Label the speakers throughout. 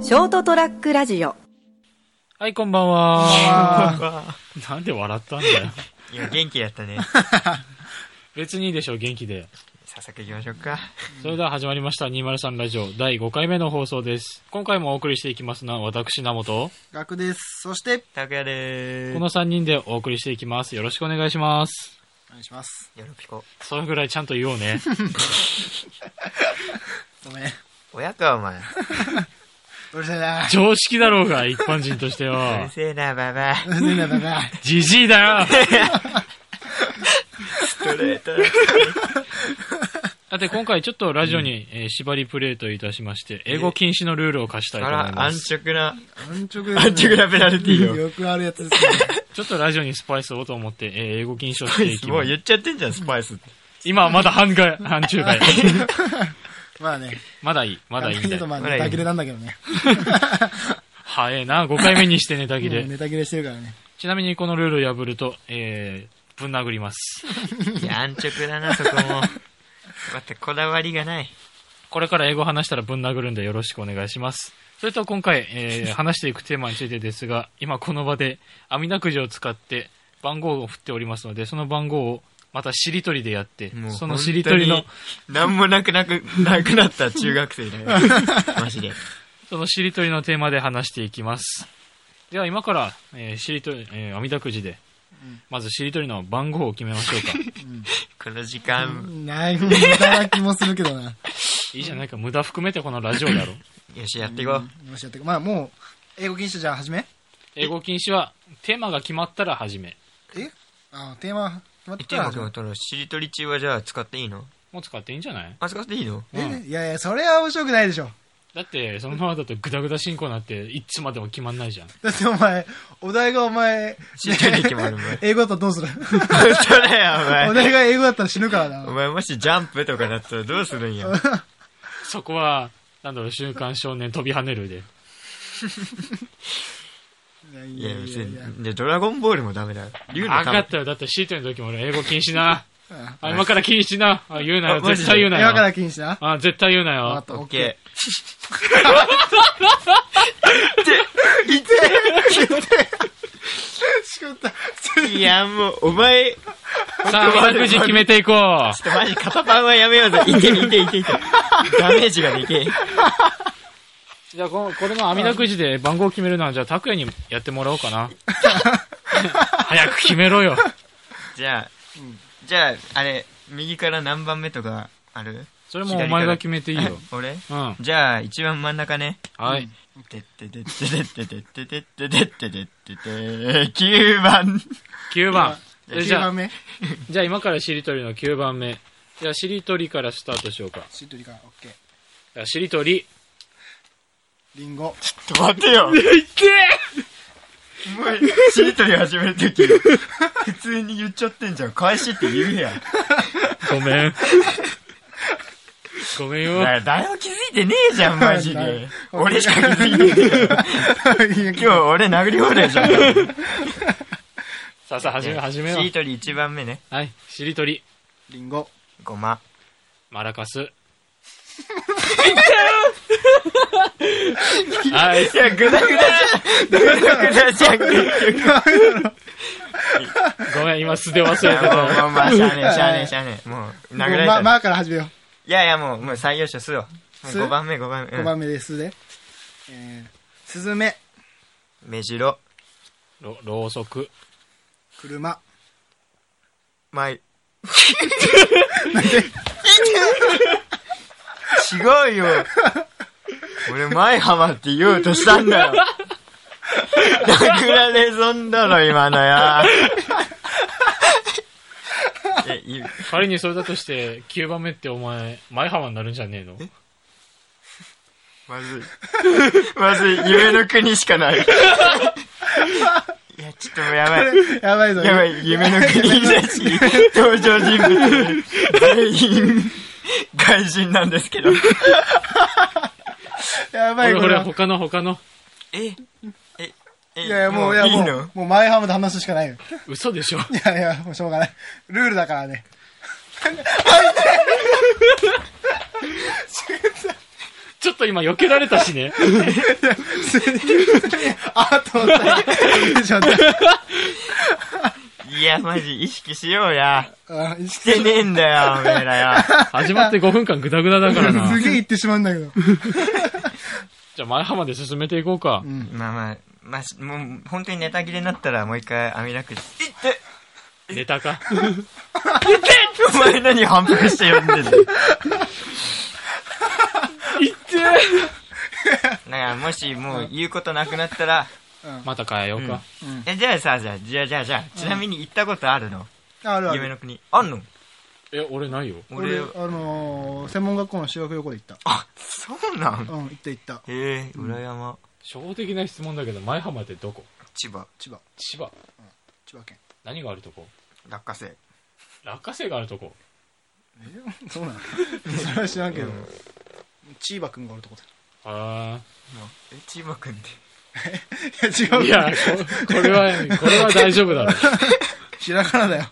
Speaker 1: ショートトラックラジオ。
Speaker 2: はい、こんばんは。 なんで笑ったんだよ。
Speaker 3: いや、元気やった ね。
Speaker 2: 別にいいでしょう、元気で。
Speaker 3: 早速行きましょうか。
Speaker 2: それでは始まりました、203ラジオ第5回目の放送です。今回もお送りしていきますのは、私、名本。
Speaker 4: 楽です。そして、
Speaker 3: 拓也でーす。
Speaker 2: この3人でお送りしていきます。よろしくお願いします。
Speaker 4: お願いします。
Speaker 3: よろぴこ。
Speaker 2: それぐらいちゃんと言おうね。
Speaker 4: ごめん。
Speaker 3: 親か、お前。
Speaker 4: うるせえな。
Speaker 2: 常識だろうが、一般人として
Speaker 3: う る
Speaker 2: は。
Speaker 3: せえな、ババア。
Speaker 4: うるせえな、バカ。
Speaker 2: じじいだよ
Speaker 3: ストレート。
Speaker 2: だって今回ちょっとラジオに、えー縛りプレイといたしまして、英語禁止のルールを課したいと
Speaker 3: あ
Speaker 2: 思い
Speaker 3: ら、
Speaker 2: ます。
Speaker 3: 安直な、
Speaker 4: 安直
Speaker 3: 安直なペナルティーよ。
Speaker 4: よくあるやつですね。
Speaker 2: ちょっとラジオにスパイスをと思って、えー英語禁止をしていき
Speaker 3: も
Speaker 2: ま
Speaker 3: う
Speaker 2: す。
Speaker 3: 言っちゃってんじゃん、スパイスって。
Speaker 2: 今はまだ半外、半中 外。
Speaker 4: まあね。
Speaker 2: まだいい、まだいいんだ
Speaker 4: と
Speaker 2: よ。
Speaker 4: まあ、
Speaker 3: まだい
Speaker 4: ネ
Speaker 3: い
Speaker 4: タ切れなんだけどね。
Speaker 2: 早えな、5回目にしてネタ切
Speaker 4: うん
Speaker 2: れ。
Speaker 4: ネタ切れしてるからね。
Speaker 2: ちなみにこのルールを破ると、えー、ぶん殴ります。
Speaker 3: いや、安直だな、そこも。またこだわりがない。
Speaker 2: これから英語話したらぶん殴るんでよろしくお願いします。それと今回、えー、話していくテーマについてですが、今この場で網だくじを使って番号を振っておりますので、その番号をまたしりとりでやって
Speaker 3: もう、
Speaker 2: そのしりとりの
Speaker 3: 本、当になんもなくなく、なくなった中学生だ よ。マジで。
Speaker 2: そのしりとりのテーマで話していきます。では今から、えー、しりとり、えー、網だくじで、まずしりとりの番号を決めましょうか。
Speaker 3: この時間、
Speaker 4: ない、無駄な気もするけどな。
Speaker 2: いいじゃないか、無駄含めてこのラジオだ ろ。
Speaker 3: よし、やっていこう。
Speaker 4: よし、やっていこうまあ、もう、英語禁止じゃあ始め
Speaker 2: 英語禁止は、テーマが決まったら始め。
Speaker 4: えあ、テーマ、決まっ
Speaker 3: え、
Speaker 4: た
Speaker 3: テー
Speaker 4: ら
Speaker 3: マ
Speaker 4: 始
Speaker 3: 君
Speaker 4: め
Speaker 3: は
Speaker 4: る
Speaker 3: その、しりとり中はじゃあ使っていいの
Speaker 2: もう使っていいんじゃない
Speaker 3: あ、使っていい の
Speaker 2: テーマ君は
Speaker 4: えいやいや、それは面白くないでしょ。
Speaker 2: だって、そのままだとグダグダ進行になって、いつまでも決まんないじゃん。
Speaker 4: だってお前、お題がお前、
Speaker 3: しりとりで決まるもん。
Speaker 4: 英語だったらどうする
Speaker 3: 本当だよ、お前
Speaker 4: お。題が英語だったら死ぬから
Speaker 3: お
Speaker 4: な。
Speaker 3: 前もしジャンプとかなったらどうするんや。
Speaker 2: そこは、なんだろう、週刊少年飛び跳ねるで。
Speaker 4: いやい
Speaker 3: いや、別に。で、ドラゴンボールもダメだよ。竜の
Speaker 2: あか
Speaker 3: 玉
Speaker 2: っ。たよ。だってシートの時も俺、英語禁止 な。
Speaker 4: うん
Speaker 2: あ、今から禁止な。あ、言うなよ。
Speaker 3: あマジで
Speaker 2: 絶対言うな
Speaker 4: 今か
Speaker 2: よ。
Speaker 4: ら禁止な。
Speaker 2: あ、絶対言うな
Speaker 4: わかっ
Speaker 2: よ。
Speaker 4: た、
Speaker 3: オ
Speaker 4: オ
Speaker 3: ッ
Speaker 4: ッ ケー。
Speaker 3: ケ
Speaker 4: しかった。
Speaker 3: ー。いや、もう、お前、ちょ
Speaker 2: さあ、網だくじ決めていこう。
Speaker 3: っとマジ肩パンはやめようぜ。いけいけいけいけ。ダメージがでけえ。
Speaker 2: じゃあ、このこれの網だくじで番号を決めるのは、じゃあ、拓也にやってもらおうかな。 早く決め ろよ。
Speaker 3: じゃあ、じゃあ、あれ、右から何番目とかある
Speaker 2: それもお前が決めていいよ。
Speaker 3: 俺
Speaker 2: うん。
Speaker 3: じゃあ、一番真ん中ね。
Speaker 2: はい。
Speaker 3: てっててっててっててっててっててててて、9番。
Speaker 2: 9番。えじ
Speaker 4: 9
Speaker 2: ゃあ
Speaker 4: 番、目
Speaker 2: じゃあ今からしりとりの9番目。じゃあしりとりからスタートしようか。
Speaker 4: しっとりか、オッケー。
Speaker 2: じゃあしりとり。
Speaker 4: リンゴ。
Speaker 3: ちょっと待てよ。
Speaker 2: いって
Speaker 3: お前、しりとり始めるとき、普通に言っちゃってんじゃん。返しって言うやん。
Speaker 2: ごめん。ごめん
Speaker 3: だか
Speaker 2: よ。
Speaker 3: ら誰も気づいてねえじゃん、マジ
Speaker 4: ない
Speaker 3: で。俺しか気づいてねえよ。
Speaker 4: 今
Speaker 3: 今日俺殴り放題じゃん。
Speaker 2: さあさあ始めよう始めよ
Speaker 3: しり
Speaker 2: う。
Speaker 3: とり1番目ね。
Speaker 2: はい。しりとり。
Speaker 4: リンゴ。
Speaker 3: ごま。
Speaker 2: マラカス。いったよはい。
Speaker 3: いや、ぐだぐだじゃん。ぐだぐだじゃん、結局。
Speaker 2: ごめん、今素で忘れて
Speaker 3: いやもう、
Speaker 2: た。
Speaker 3: も う、まあ、しゃあねえ、しゃあねえ、しゃあねえ。もう、殴られ
Speaker 4: ま、
Speaker 3: た。
Speaker 4: まから始めよう。
Speaker 3: いやいや、もう、もう採用者すよ。もう
Speaker 4: す
Speaker 3: 5番目、5番目。
Speaker 4: 5
Speaker 3: うん。
Speaker 4: 番目ですで。えー、スズメ、
Speaker 3: 目白。
Speaker 2: ろろうそく。
Speaker 4: 車。
Speaker 3: まい。違うよ。俺、前浜って言おうとしたんだよ。殴られ損だろ、今のや。え、い
Speaker 2: 仮にそれだとして、9番目ってお前、前浜になるんじゃねえの
Speaker 3: まずい。まずい、夢の国しかない。いや、ちょっともうやばい。
Speaker 4: やばいぞ。
Speaker 3: やばい、夢の国だし、登場人物、全員、外人なんですけど。
Speaker 4: やばい、
Speaker 2: 俺、
Speaker 4: これ
Speaker 2: 俺、
Speaker 4: は。
Speaker 2: 他の、他の。
Speaker 3: え、え、え、
Speaker 4: いやいや、もう、いや、
Speaker 3: いい
Speaker 4: も
Speaker 3: の
Speaker 4: う、もう前ハムで話すしかないよ。
Speaker 2: 嘘でしょ。
Speaker 4: いやいや、もうしょうがない。ルールだから ね。
Speaker 2: ちょっと今避けられたしね。
Speaker 4: 普通に、普通に、あーと思った。テンションで
Speaker 3: いや、マジ、意識しようや。
Speaker 4: あー
Speaker 3: してねえんだ よ、おめえらよ。
Speaker 2: 始まって5分間グダグダだからな。
Speaker 4: すげえ言ってしまうんだけど。
Speaker 2: じゃあ前浜で進めていこうか。
Speaker 4: うん。
Speaker 3: まあまあ、まあし、もう、本当にネタ切れになったら、もう一回、網楽し。いって
Speaker 2: ネタか。
Speaker 3: お前何反復して呼んでんの
Speaker 2: いって
Speaker 3: なんか、もし、もう、言うことなくなったら、
Speaker 2: また変えようか。
Speaker 4: うん。
Speaker 3: え、じゃあさ、じゃあ、じゃあ、じゃあ、じゃあ、ちなみに行ったことあるの
Speaker 4: あるあ
Speaker 3: 夢
Speaker 4: る。
Speaker 3: の国。あんの
Speaker 2: え、俺ないよ。
Speaker 3: 俺
Speaker 4: 俺、あ、のー、専門学校の修学旅行で行っ
Speaker 3: あ、そうなん
Speaker 4: た。うん、行った行った。
Speaker 3: へえ、裏山、
Speaker 2: 初歩的な質問だけど、前浜ってどこ
Speaker 3: 千葉、
Speaker 4: 千葉、
Speaker 2: 千葉。
Speaker 4: 千葉県。
Speaker 2: 何があるとこ
Speaker 3: 落花生。
Speaker 2: 落花生があるとこ。
Speaker 4: えそうなのそれは知らんけど。千葉くんがおるとこだ。
Speaker 2: あ
Speaker 3: え、千葉くんって。
Speaker 4: いや、
Speaker 2: あ。いや、
Speaker 4: 違う。
Speaker 2: ここれは、これは大丈夫だろ。
Speaker 4: ひらがなだよ。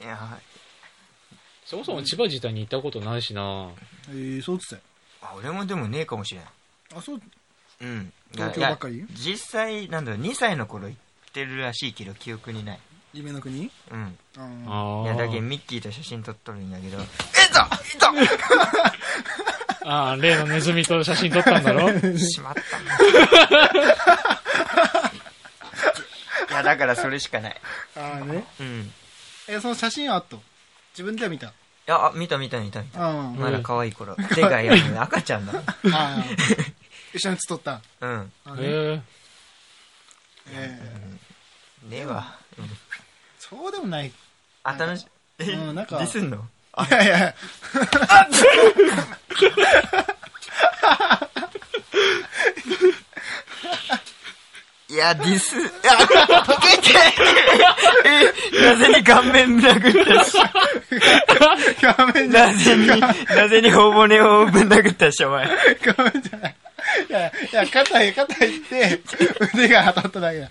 Speaker 3: いや、
Speaker 2: そもそも千葉自体に行ったことないしな
Speaker 4: えー、そうっつっ
Speaker 3: 俺もでもねえかもしれない。
Speaker 4: たよ。あ、そう、
Speaker 3: うん。
Speaker 4: 東京ばっかり
Speaker 3: いや実際、なんだろう、2歳の頃行ってるらしいけど、記憶にない。
Speaker 4: 夢の国
Speaker 3: うん。
Speaker 4: うん。
Speaker 2: あー
Speaker 3: いや、だけどミッキーと写真撮っとるんだけど、えっとい
Speaker 2: ああ、例のネズミと写真撮ったんだろ
Speaker 3: たしまったんだ。 いや、だからそれしかない。
Speaker 4: ああね。
Speaker 3: うん。い
Speaker 4: え、その写真はあった自分では見た。
Speaker 3: や、あ見た見た見た見 た。
Speaker 4: うん。あ
Speaker 3: まだ可愛い頃。でかいや、もう赤ちゃんだ。
Speaker 4: あ。一緒に写っとった。
Speaker 3: うん。
Speaker 4: あね
Speaker 2: え
Speaker 4: えー
Speaker 3: ねえわ。うん
Speaker 4: そうでもない。
Speaker 3: あ、楽し、え、デ
Speaker 4: うんなんか
Speaker 3: ィスんの
Speaker 4: いやいや。
Speaker 3: いや、ディス、あ、いけいけえ、なぜに顔面殴ったし、
Speaker 4: 画面じゃ
Speaker 3: なぜに、なぜに頬骨をぶん殴ったし、お前。
Speaker 4: 画面じゃない。いや、いや、肩へ、肩行って、腕が当たっただけだ。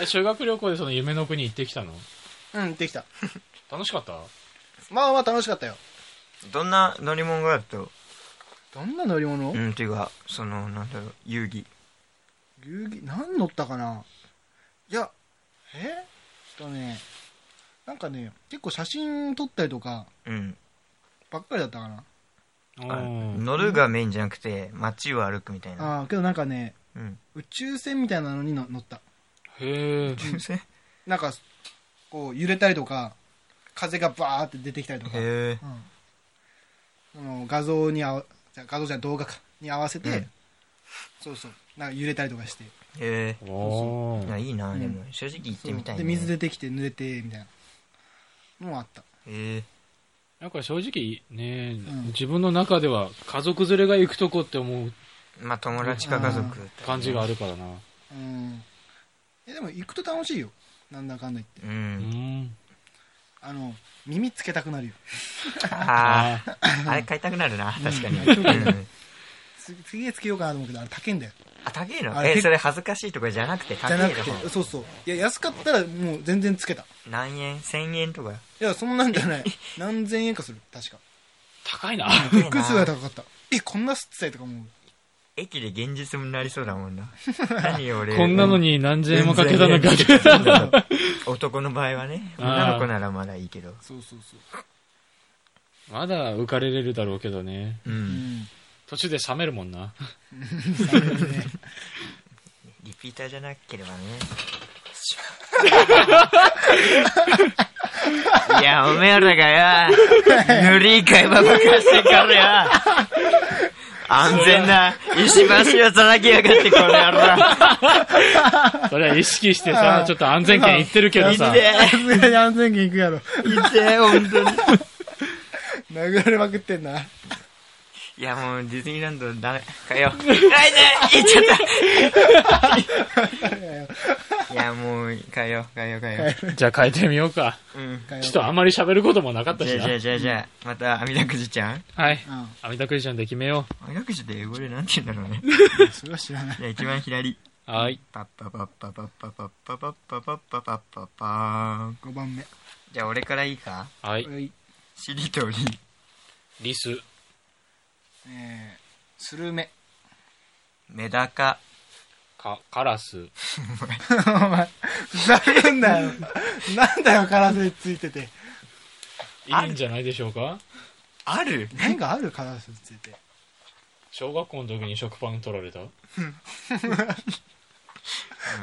Speaker 2: え修学旅行でその夢の国行ってきたの
Speaker 4: うん、できた。
Speaker 2: 楽しかった
Speaker 4: まあまあ楽しかったよ。
Speaker 3: どんな乗り物があった
Speaker 4: どんな乗り物
Speaker 3: うん、ていうか、その、なんだろう、遊戯。
Speaker 4: 遊戯、何乗ったかないや、えっとね、なんかね、結構写真撮ったりとか、
Speaker 3: うん。
Speaker 4: ばっかりだったかな。
Speaker 2: う
Speaker 3: あ
Speaker 2: ん。
Speaker 3: 乗るがメインじゃなくて、街を歩くみたいな。
Speaker 4: ああ、けどなんかね、
Speaker 3: うん。
Speaker 4: 宇宙船みたいなのにの乗った。
Speaker 2: へえ。
Speaker 3: へ
Speaker 4: なんか、こう揺れたりとか、風がバーって出てきたりとか、
Speaker 3: え。
Speaker 4: あの画像にあわ、じゃあ画像じゃない動画か、に合わせて、
Speaker 3: うん
Speaker 4: そうそう、なんか揺れたりとかして、
Speaker 3: へえ。
Speaker 2: お
Speaker 3: いや、
Speaker 2: ー
Speaker 3: いいな、
Speaker 4: ん
Speaker 3: でも、正直行ってみたいね。
Speaker 4: で水出てきて濡れて、みたいなのもあった。
Speaker 3: へえ。
Speaker 2: なんか正直ね、
Speaker 4: ん
Speaker 2: 自分の中では家族連れが行くとこって思う
Speaker 3: まあ、友達か家族。
Speaker 2: 感じがあるからな。
Speaker 4: うん。えでも行くと楽しいよ。なんだかんだ言って。
Speaker 2: う
Speaker 3: う。
Speaker 2: んん。
Speaker 4: あの、耳つけたくなるよ。
Speaker 2: あ
Speaker 3: あ
Speaker 2: あ。
Speaker 3: あ、あれ買いたくなるな、確かに。うん
Speaker 4: すすげえつけようかなと思うけど、あれ高いんだよ。
Speaker 3: あ、高え
Speaker 4: あ
Speaker 3: の
Speaker 4: れ
Speaker 3: え、
Speaker 4: 結
Speaker 3: それ恥ずかしいとかじゃなくて、
Speaker 4: じ
Speaker 3: 高
Speaker 4: ゃ
Speaker 3: え
Speaker 4: なく
Speaker 3: の
Speaker 4: て、そうそう。いや、安かったらもう全然つけた。
Speaker 3: 何円 ?1000 円とか。
Speaker 4: いや、そんなんじゃない。何千円かする、確か。
Speaker 2: 高いな。
Speaker 4: びっくりするぐらい高かった。え、こんなすってたりとかもう。
Speaker 3: 駅で現実になりそうだも んな。何俺。
Speaker 2: こんなの
Speaker 3: に。
Speaker 2: に何千円もかけたのか。
Speaker 3: 男の場合はね、
Speaker 2: あー
Speaker 3: 女の子ならまだいいけど。
Speaker 4: そうそうそう。
Speaker 2: まだ浮かれれるだろうけどね。
Speaker 3: う。
Speaker 4: うんん。
Speaker 2: 途中で冷めるもんな。
Speaker 4: そうね
Speaker 3: リピーターじゃな ければね。いや、おめえらがよ、 塗り替えばばかしてからよ。安全な石橋を叩きやがって、この野郎。
Speaker 2: それは意識してさ
Speaker 4: あ、ー
Speaker 2: ちょっと安全圏行ってるけど
Speaker 3: い
Speaker 2: さ。
Speaker 4: さすがに安全圏行くやろ。
Speaker 3: てえ、いてえ、本当に。
Speaker 4: 殴られまくってんな。
Speaker 3: いや、もうディズニーランドだ、かよ。あ、痛い行っちゃった。いや、もう、かよ、かよ、かよ。
Speaker 2: じゃあ変えてみようか。
Speaker 3: うん。
Speaker 2: ちょっとあまり喋ることもなかった
Speaker 3: じ
Speaker 2: し
Speaker 3: ゃあじゃ
Speaker 2: な。
Speaker 3: あじゃあじゃあ、また、あみだくじちゃん
Speaker 2: はい。
Speaker 4: うん。
Speaker 2: アミタクリちゃんで決めよ
Speaker 3: あみだくじって英語でなんて言うんだろうね。
Speaker 4: それは知らない。
Speaker 3: じゃあ一番左。
Speaker 2: う。はい。
Speaker 3: パッパパッパパッパパッパパッパパッパパッパパーン。
Speaker 4: 5番目。
Speaker 3: じゃあ俺からいいか
Speaker 2: はい。
Speaker 4: はい。
Speaker 3: しりとり。
Speaker 2: リス。
Speaker 4: えー、スルメ。
Speaker 3: メダカ。
Speaker 2: か、カラス。
Speaker 4: お前、ふざけんなよ。なんだよ、カラスについてて。
Speaker 2: いいんじゃないでしょうか
Speaker 3: ある
Speaker 4: 何があるカラスについて。
Speaker 2: 小学校の時に食パン取られた
Speaker 3: お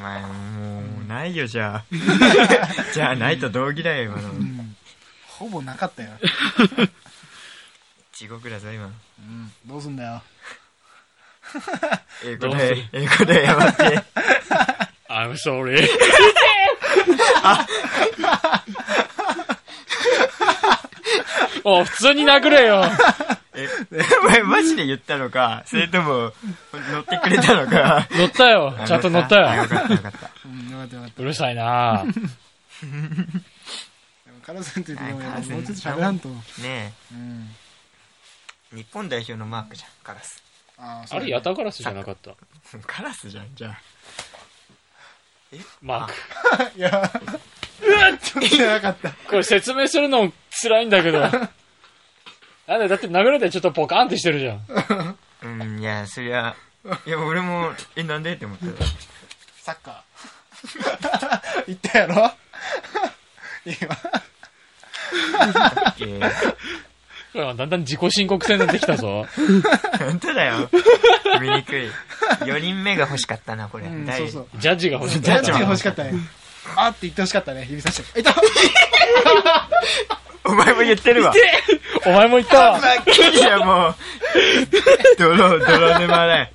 Speaker 3: 前、もう、ないよ、じゃあ。じゃあ、ないと同義だよ、今の。
Speaker 4: ほぼなかったよ。
Speaker 3: 地獄だぞ、今。
Speaker 4: うん、どうすんだよ。
Speaker 3: 英
Speaker 2: ど
Speaker 3: 語
Speaker 2: うす
Speaker 3: で
Speaker 2: る、
Speaker 3: 英語で謝って。
Speaker 2: I'm sorry. お普通に殴れよ
Speaker 3: え、お前、マジで言ったのか、それとも、乗ってくれたのか。
Speaker 2: 乗ったよ ちゃんと乗った
Speaker 3: あ
Speaker 2: よ
Speaker 3: よかった、よかった。
Speaker 4: うん、よかったよかった。
Speaker 2: うるさいな
Speaker 4: でもカラスについてでもやっ
Speaker 3: カ
Speaker 4: ぱ
Speaker 3: ラス
Speaker 4: もうちょっと喋らんと。
Speaker 3: ね
Speaker 4: うん。
Speaker 3: え、日本代表のマークじゃん、カラス。
Speaker 4: あー
Speaker 2: あれ、ヤタガラスじゃなかった。
Speaker 3: カラスじゃん、じゃあ。
Speaker 2: マーク。
Speaker 4: いや、ちょっとやばかった。
Speaker 2: これ説明するの辛いんだけど。なんで、だって殴られてちょっとポカンってしてるじゃん。
Speaker 3: うん、いや、そりゃ、いや、俺も、え、なんでって思ったよ。
Speaker 4: サッカー。 言ったやろ今。
Speaker 3: いやいや
Speaker 2: これはだんだん自己申告制になってきたぞ。
Speaker 3: 本当だよ。見にくい。4人目が欲しかったな、これ。
Speaker 4: うん、
Speaker 3: 大
Speaker 4: そうそう。
Speaker 2: ジャッジが欲しいん
Speaker 4: ジャ
Speaker 2: だ
Speaker 4: ッジが欲しかったね。あーって言って欲しかったね、指さして。いた
Speaker 3: お前も言ってるわ。
Speaker 2: お前も言ったわ。
Speaker 3: いや、もう、泥、泥沼だよ。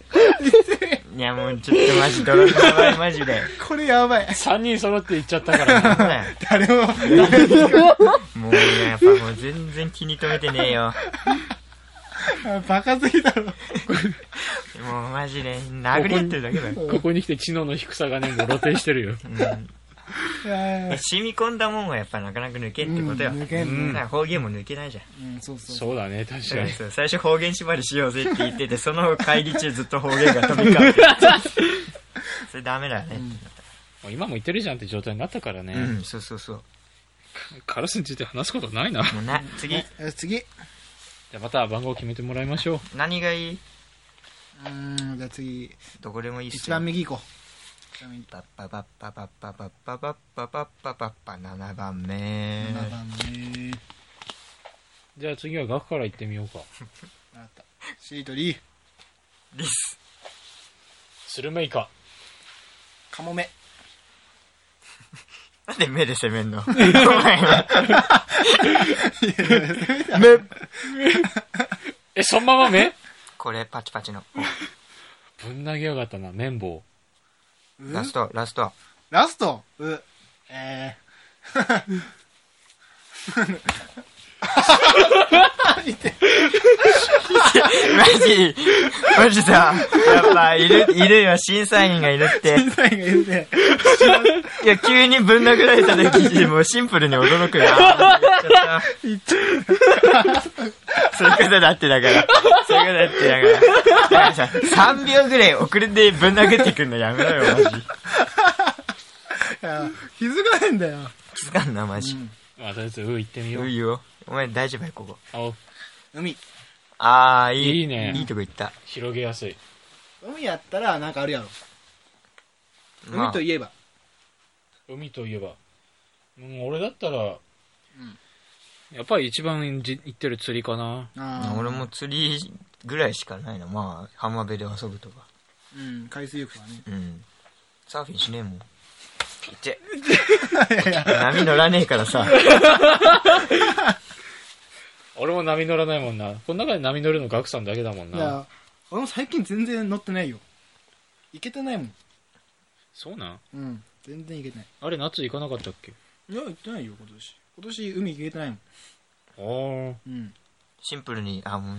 Speaker 3: いや、もうちょっとマジ、泥沼だよ、マジで。
Speaker 4: これやば い。
Speaker 2: 3人揃って言っちゃったからな。
Speaker 3: そうだよ
Speaker 4: 誰も、
Speaker 3: もうね、やっぱもう全然気に留めてね えよ。
Speaker 4: バカすぎだろ。
Speaker 3: もうマジで、殴り合ってるだけだよ。
Speaker 2: ここに来て知能の低さがね、もう露呈してるよ。
Speaker 3: うん
Speaker 4: いやいや
Speaker 3: 染み込んだもんはやっぱなかなか抜けんってことよ。
Speaker 4: うん抜けん
Speaker 3: うだから方言も抜けないじゃん。
Speaker 4: うん、そうそう。
Speaker 2: そうだね、確かに。
Speaker 3: そう最初方言縛りしようぜって言ってて、その会議中ずっと方言が飛び交って。それダメだよね。
Speaker 2: もう今も言ってるじゃんって状態になったからね。
Speaker 3: うん、そうそうそう。
Speaker 2: カラスについて話すことない な。じ
Speaker 3: もうな、次、
Speaker 4: え次。う
Speaker 2: ゃあまた番号決めてもらいましょう。
Speaker 3: 何がいい
Speaker 4: ーん、じゃあ次、
Speaker 3: どこでもいいっすよ
Speaker 4: 一番右行こう。ちなみに
Speaker 3: パッパパッパパッパパッパパッパパッパパッパ7番目
Speaker 4: 7番ね。
Speaker 2: じゃあ次はガクから行ってみようか。
Speaker 4: あった。シートリー、
Speaker 3: リス
Speaker 2: スルメイカ。
Speaker 4: カモメ。
Speaker 3: なんで目で攻めんの お前は目
Speaker 2: え、そのまま 目
Speaker 3: これパチパチの
Speaker 2: ぶん投げやがったな、綿棒。
Speaker 4: う
Speaker 3: ラストラスト
Speaker 4: ラストう。えー。見て
Speaker 3: マジマジさやっぱいるいるよ審査員がいるって
Speaker 4: 審査員がいるね。
Speaker 3: いや急にぶん殴られた時もうシンプルに驚くよあーやっちゃった
Speaker 4: 言っちゃ
Speaker 3: そういうことだってだからそういうことだってだからだからさ3秒ぐらい遅れてぶん殴ってくんのやめろよマジ
Speaker 4: いや気づかないんだよ。
Speaker 3: 気づかんなマジ、
Speaker 2: まあ、とりあえず、うー行ってみよ。
Speaker 3: いういよ。お前大丈夫よ、ここ。
Speaker 2: あお
Speaker 4: 海。
Speaker 3: あー、いい。
Speaker 2: いいね
Speaker 3: いいとこ行った。
Speaker 2: 広げやすい。
Speaker 4: 海やったらなんかあるやろ。
Speaker 3: まあ
Speaker 4: 海といえば。
Speaker 2: 海といえば。うん、俺だったら、やっぱり一番じ行ってる釣りかな。
Speaker 4: あー
Speaker 3: 俺も釣りぐらいしかないの。まあ、浜辺で遊ぶとか。
Speaker 4: うん、海水浴はね。
Speaker 3: うん。サーフィンしねえもん。行って。波乗らねえからさ。
Speaker 2: 俺も波乗らないもんな。この中で波乗るのガクさんだけだもん
Speaker 4: い
Speaker 2: な。
Speaker 4: や、俺も最近全然乗ってないよ。行けてないもん。
Speaker 2: そうなん
Speaker 4: うん、全然行けてない。
Speaker 2: あれ、夏行かなかったっけ
Speaker 4: いや、行ってないよ、今年。今年海行けてないもん。
Speaker 2: あー。
Speaker 4: うん。
Speaker 3: シンプルに、あ、もう。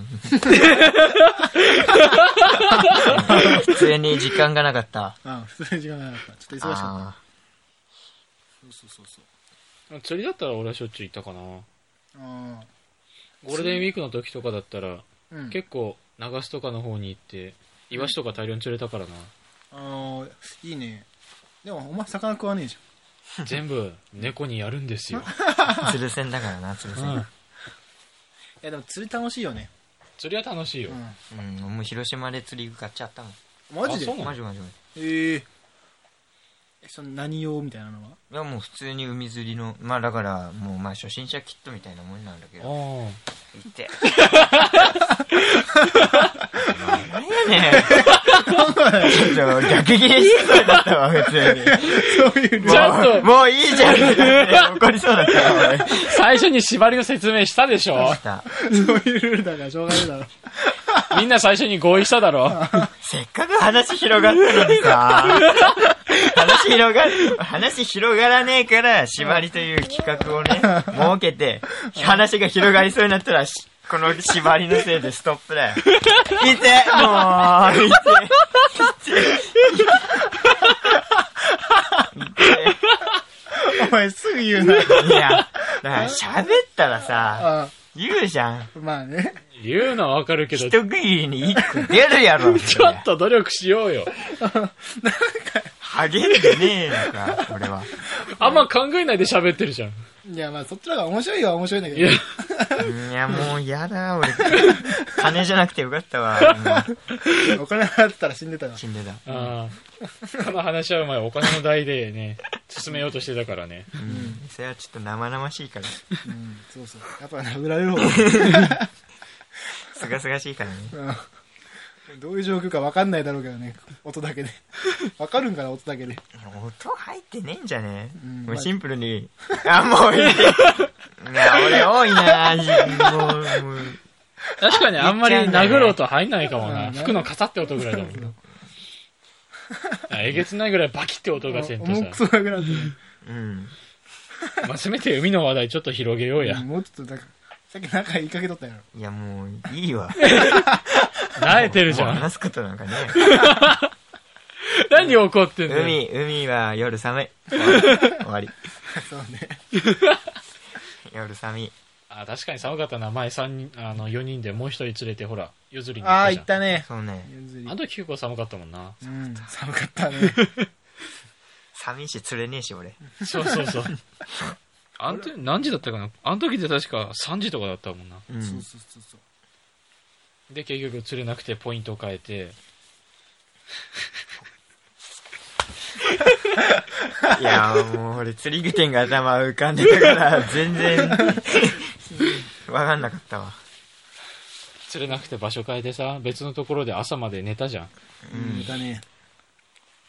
Speaker 3: 普通に時間がなかった。
Speaker 4: あ普通に時間がなかった。ちょっと忙しかっ
Speaker 3: あ
Speaker 4: た。そうそうそうそう。
Speaker 2: 釣りだったら俺はしょっちゅう行ったかな。
Speaker 4: ああ。
Speaker 2: ゴールデンウィークの時とかだったら、
Speaker 4: うん。
Speaker 2: 結構、長須とかの方に行って、イワシとか大量に釣れたから な。
Speaker 4: ああ、いいね。でも、お前魚食わねえじ
Speaker 2: 全部、猫にやるんですよ。
Speaker 3: ー鶴船だからな、鶴
Speaker 2: うん
Speaker 3: 船。
Speaker 4: やでも釣り楽しいよね、
Speaker 2: 釣りは楽しいよ。
Speaker 4: う
Speaker 3: うん、もう広島で釣り具買っちゃったもん。
Speaker 4: ん、マジ
Speaker 2: あそう
Speaker 4: で
Speaker 2: なの
Speaker 3: マジマジマジ。
Speaker 4: えええその何用みたいな のはい
Speaker 3: やもう普通に海釣りの、まあだからもうまあ初心者キットみたいなもんなんだけど。
Speaker 2: あ
Speaker 3: いて。何やね ん。ちょっと逆ギレしそうだったわ、普通に。
Speaker 4: そういう
Speaker 2: ちゃんと
Speaker 3: もうもういいじゃんって怒りそうだったわ、俺。
Speaker 2: あ最初に縛りの説明したでしょ
Speaker 3: した
Speaker 4: そういうルールだからしょうがないだろ
Speaker 2: みんな最初に合意しただろ
Speaker 3: せっかく話広がったのにさ。話広が、話広がらねえから、縛りという企画をね、設けて、話が広がりそうになったら、しこの縛りのせいでストップだよ。いてもう、い
Speaker 4: お前すぐ言うな
Speaker 3: て。いや、だから喋ったらさ、
Speaker 4: あ
Speaker 3: 言うじゃん。
Speaker 4: まあね
Speaker 2: 言うのはわかるけど、
Speaker 3: 一
Speaker 2: ち
Speaker 3: 区切りに一個出るや ろ。
Speaker 2: ょっと努力しようよ。
Speaker 3: 励んでねえのか、俺は。
Speaker 2: あんま考えないで喋ってるじゃん。
Speaker 4: いやまあそっちの方が面白いは面白いんだ
Speaker 2: い
Speaker 4: け
Speaker 2: や
Speaker 4: ど、
Speaker 3: いや、もう嫌だ、俺。金じゃなくてよかったわ。もう
Speaker 4: お金払ったら死んでたな
Speaker 3: 死んでた。
Speaker 2: ああこの話は前お金の代でね、進めようとしてたからね。
Speaker 3: うん。それはちょっと生々しいから。
Speaker 4: うんそうそうやっぱ殴られる方
Speaker 3: すがすがしいからね。
Speaker 4: がうんどういう状況か分かんないだろうけどね音だけで分かるんかな音だけで
Speaker 3: 音入ってねえんじゃね
Speaker 4: うん
Speaker 3: もうシンプルに。あ、もういい。いや、俺多いなもう、もう。
Speaker 2: 確かにあんまり殴ろうと入んないかもな。
Speaker 4: うん
Speaker 2: 服のカサって音ぐらいだもんな。あえげつないぐらいバキって音がせんと
Speaker 4: 重く
Speaker 2: さ。
Speaker 4: そなくなって
Speaker 3: うん。
Speaker 2: まあ、せめて海の話題ちょっと広げよう
Speaker 4: る
Speaker 2: や。
Speaker 4: もうちょっとなんかさっき仲いいかけとったやろ
Speaker 3: いや、もういいわ。
Speaker 2: 慣れてるじ
Speaker 3: もう
Speaker 2: ゃん。
Speaker 3: 話すことなんかね。
Speaker 2: 何怒ってんのよ。
Speaker 3: 海、海は夜寒い。終わり。
Speaker 4: そうね
Speaker 3: 夜寒い。
Speaker 2: あ、確かに寒かったな。前三人、あの、4人でもう一人連れて、ほら、夜釣りに行
Speaker 4: あ
Speaker 2: った
Speaker 4: あ
Speaker 2: じゃ
Speaker 4: 行
Speaker 2: ん
Speaker 4: っ。たね
Speaker 3: そうね。
Speaker 2: あの時結構寒かったもんな。
Speaker 4: うん寒かったね
Speaker 3: 寒いし釣れねえし、俺。
Speaker 2: そうそうそう。あん時、何時だったかなあの時で確か3時とかだったもんな。
Speaker 3: う。
Speaker 4: そうんそうそうそう
Speaker 2: で、結局釣れなくてポイントを変えて、
Speaker 3: いや、もう俺釣り具店が頭浮かんでたから、全然、 わかんなかったわ。
Speaker 2: 釣れなくて場所変えてさ、別のところで朝まで寝たじゃん。
Speaker 4: うん行ったね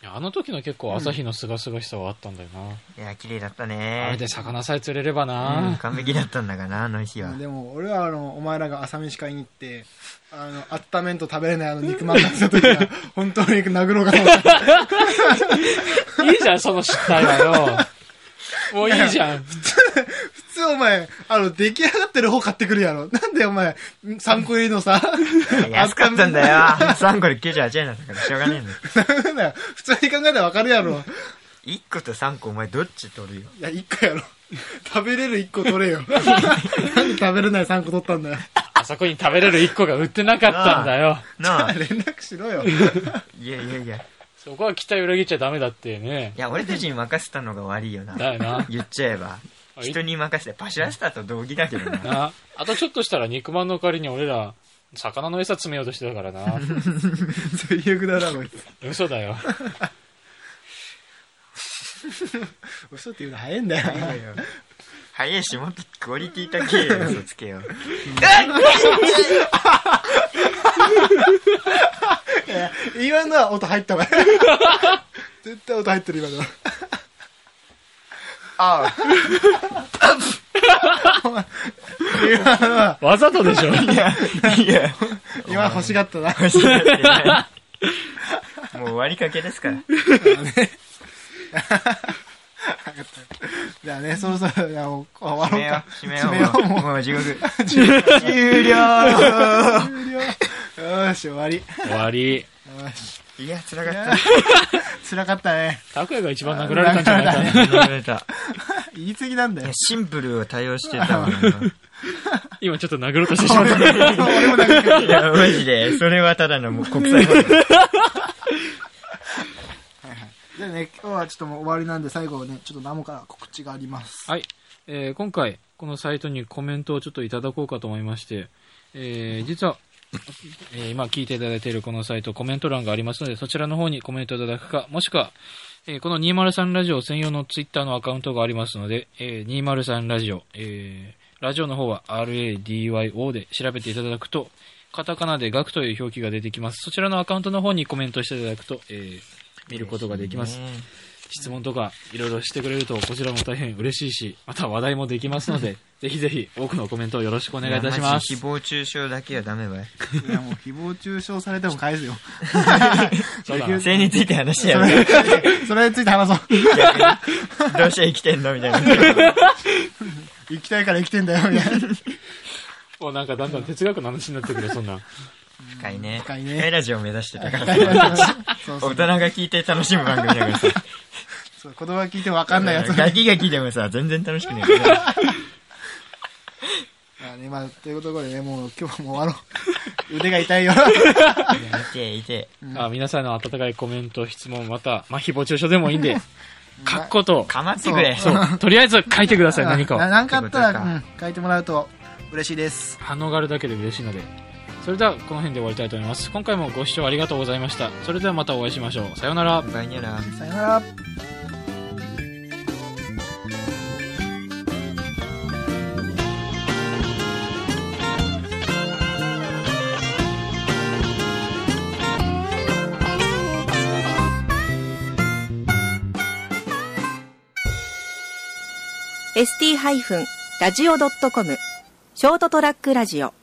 Speaker 2: いやあの時の結構朝日のすがすがしさはあったんだよな。
Speaker 3: いや、綺麗だった
Speaker 2: あれ
Speaker 3: ね
Speaker 2: で。魚さえ釣れれば
Speaker 3: うん、
Speaker 2: な。
Speaker 3: 完璧だったんだかな、あの日は。
Speaker 4: でも俺はあのお前らが朝飯買いに行ってあの温めんと食べれないあの肉まん出した時は本当に殴ろうかと思った
Speaker 2: いいじゃん、その失態はよ。もういいじゃん。
Speaker 4: 普通お前あの出来上がってる方買ってくるやろなんでお前3個入りのさ
Speaker 3: 安かったんだよ。3個で98円だったからしょうがねえんだよ。
Speaker 4: なんだよ普通に考えたらわかるやろ
Speaker 3: 1個と3個お前どっち取るよ。
Speaker 4: いや1個やろ食べれる1個取れよなんで食べれない3個取ったんだよ
Speaker 2: あそこに食べれる1個が売ってなかったんだよ。
Speaker 3: なあ
Speaker 4: 連。絡しろよ
Speaker 3: いやいやいや。い
Speaker 2: そこは期待裏切っちゃダメだってね。
Speaker 3: や、俺たちに任せたのが悪いよな。
Speaker 2: だよな。
Speaker 3: 言っちゃえば。人に任せて、パシラスターと同義だけどな。
Speaker 2: なあとちょっとしたら肉まんの代わりに俺ら、魚の餌詰めようとしてたからな。
Speaker 4: 最悪だなこいつ
Speaker 2: 嘘だよ。
Speaker 4: 嘘って言うの早いんだよ
Speaker 3: 早いし、もっとクオリティ高いやつをつけよう。
Speaker 4: 今のは音入ったわ 絶対音入ってる今のは
Speaker 3: ああ。
Speaker 2: わざとでしょ。
Speaker 3: いや、いや、
Speaker 4: 今欲しがったな
Speaker 3: パシラってない もう終わりかけですから。
Speaker 4: じゃあね、そろそろ、いや、もう、終わ
Speaker 3: 閉
Speaker 4: ろ
Speaker 3: め
Speaker 4: う
Speaker 3: よ
Speaker 4: か。閉
Speaker 3: う、閉めよう。
Speaker 4: め
Speaker 3: もう、もう地獄。終了
Speaker 4: 終了。よーし、終わり。 よ
Speaker 2: 終わり。
Speaker 4: ーし。
Speaker 3: いや、辛
Speaker 4: い
Speaker 3: かっ
Speaker 4: や
Speaker 3: た。
Speaker 4: ー辛かったね。
Speaker 2: 拓也が一番殴られたんじゃないかな。
Speaker 3: やめた。
Speaker 4: 言い過ぎなんだ
Speaker 3: い
Speaker 4: よ
Speaker 3: や。シンプルを多用してたわ。
Speaker 2: 今ちょっと殴ろうとしてしまった。
Speaker 4: 俺もなんか、
Speaker 3: いや、マジで、それはただのもう国際法。
Speaker 4: じゃあね、今日はちょっともう終わりなんで、最後ね、ちょっとナモから告知があります。
Speaker 2: はい。えー今回、このサイトにコメントをちょっといただこうかと思いまして、えー実は、えー今聞いていただいているこのサイト、コメント欄がありますので、そちらの方にコメントいただくか、もしくは、えーこの203ラジオ専用のツイッターのアカウントがありますので、えー203ラジオ、えーラジオの方は RADYO で調べていただくと、カタカナでガクという表記が出てきます。そちらのアカウントの方にコメントしていただくと、えー見ることができます。質問とかいろいろしてくれるとこちらも大変嬉しいし、また話題もできますの で、ぜひぜひ多くのコメントをよろし くお
Speaker 3: お
Speaker 2: 願いいたしま
Speaker 3: 誹
Speaker 2: す。
Speaker 3: 謗中傷だけはダメばい。
Speaker 4: いや、もう、誹謗中傷されても返す よ。
Speaker 2: そうだな
Speaker 3: それについて話しやる。
Speaker 4: それについて話そう。
Speaker 3: どうして生きてんのみたいな。
Speaker 4: 生きたいから生きてんだよ、みたいな。
Speaker 2: おなんかだんだん哲学の話になってくる、そんな。
Speaker 3: 深いね。
Speaker 4: 深いね
Speaker 3: ラジオを目指してた から。
Speaker 4: そうそ
Speaker 3: 大
Speaker 4: う
Speaker 3: 人が聞いて楽しむ番組だからさ。
Speaker 4: そう。子供が聞いてもわかんないやつ
Speaker 3: ガキが聞いてもさ、全然楽しくないから。
Speaker 4: まあね、まあ、ということでね、もう今日はもう終わろう。腕が痛いよ。
Speaker 3: いて、いて。
Speaker 2: あ皆さんの温かいコメント、質問、また、まあ、誹謗中傷でもいいんで、書くことを、
Speaker 3: かまってくれ。
Speaker 2: そう、とりあえず書いてくだ さい、何かを
Speaker 4: な。なんかあった
Speaker 3: って
Speaker 4: ら、
Speaker 3: ことか
Speaker 4: うん、書いてもらうと嬉しいです。
Speaker 2: 反応があるだけで嬉しいので。それでは、この辺で終わりたいと思います。今回もご視聴ありがとうございました。それではまたお会いしましょう。さようなら。
Speaker 3: バイニャラ。
Speaker 4: さよなら。
Speaker 1: ST-radio.com ショートトラックラジオ